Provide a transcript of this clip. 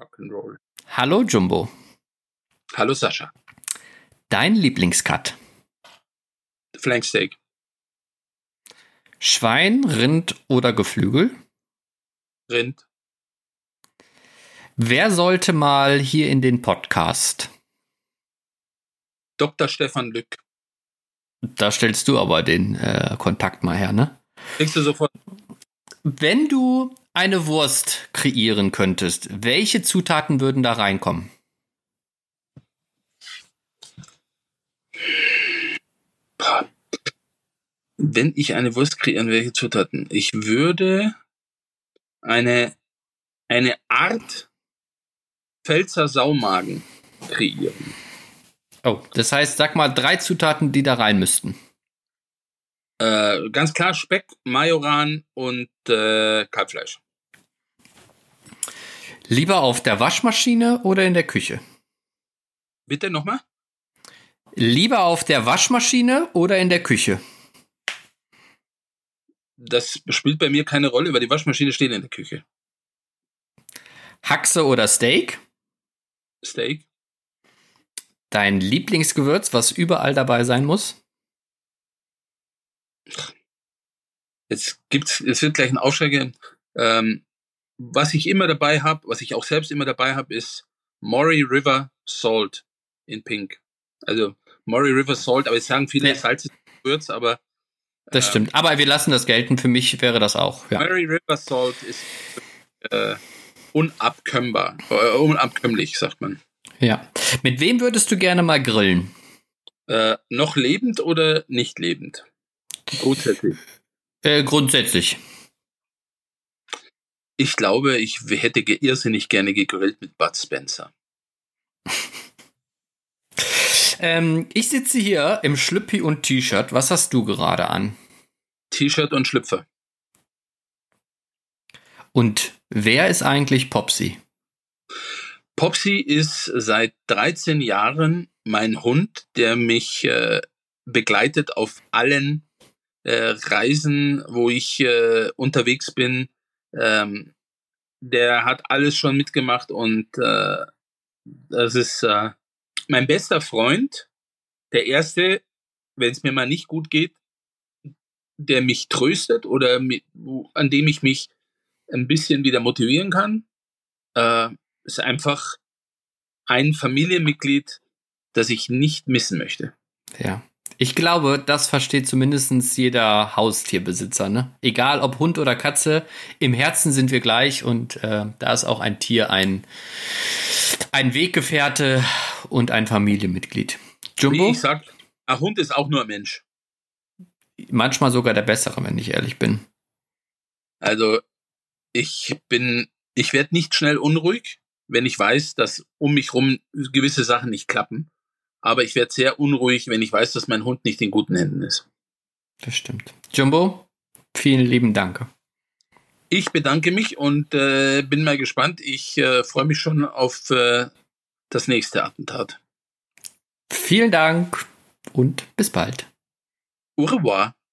Rock'n'Roll. Hallo Jumbo, Hallo Sascha. dein Lieblingscut. Flanksteak. Schwein, Rind oder Geflügel? Rind. Wer sollte mal hier in den Podcast? Dr. Stefan Lück. Da stellst du aber den äh, Kontakt mal her, ne? Kriegst du sofort Wenn du eine Wurst kreieren könntest, welche Zutaten würden da reinkommen? Boah. Wenn ich eine Wurst kreieren, welche Zutaten? Ich würde eine, eine Art Pfälzer Saumagen kreieren. Oh, das heißt, sag mal drei Zutaten, die da rein müssten. Äh, ganz klar Speck, Majoran und äh, Kalbfleisch. Lieber auf der Waschmaschine oder in der Küche? Bitte nochmal? Lieber auf der Waschmaschine oder in der Küche? Das spielt bei mir keine Rolle, weil die Waschmaschine steht in der Küche. Haxe oder Steak? Steak, Dein Lieblingsgewürz, was überall dabei sein muss? Jetzt gibt's, es wird gleich ein Aufschrei geben. Ähm, was ich immer dabei habe, was ich auch selbst immer dabei habe, ist Maury River Salt in Pink. Also Maury River Salt, aber jetzt sagen viele Ja. Salz ist Gewürz, aber Das Ähm. stimmt. Aber wir lassen das gelten. Für mich wäre das auch. Ja. Maury River Salt ist äh, unabkömmbar, äh, unabkömmlich, sagt man. ja. Mit wem würdest du gerne mal grillen? Äh, noch lebend oder nicht lebend? Grundsätzlich. Äh, grundsätzlich. Ich glaube, ich w- hätte ge- irrsinnig gerne gegrillt mit Bud Spencer. Ähm, ich sitze hier im Schlüppi und T-Shirt. Was hast du gerade an? T-Shirt und Schlüpfer. Und wer ist eigentlich Popsy? Popsy ist seit 13 Jahren mein Hund, der mich äh, begleitet auf allen äh, Reisen, wo ich äh, unterwegs bin. Ähm, der hat alles schon mitgemacht und äh, das ist äh, mein bester Freund, der erste, wenn es mir mal nicht gut geht, der mich tröstet oder mi- wo- an dem ich mich ein bisschen wieder motivieren kann. Äh, ist einfach ein Familienmitglied, das ich nicht missen möchte. Ja. Ich glaube, das versteht zumindest jeder Haustierbesitzer, ne? Egal ob Hund oder Katze, im Herzen sind wir gleich und äh, da ist auch ein Tier ein, ein Weggefährte und ein Familienmitglied. Wie Jumbo, ich sag, ein Hund ist auch nur ein Mensch. manchmal sogar der bessere, wenn ich ehrlich bin. Also ich bin, ich werde nicht schnell unruhig, wenn ich weiß, dass um mich rum gewisse Sachen nicht klappen. Aber ich werde sehr unruhig, wenn ich weiß, dass mein Hund nicht in guten Händen ist. Das stimmt. Jumbo, vielen lieben Dank. Ich bedanke mich und äh, bin mal gespannt. Ich äh, freue mich schon auf äh, das nächste Attentat. Vielen Dank und bis bald. Au revoir.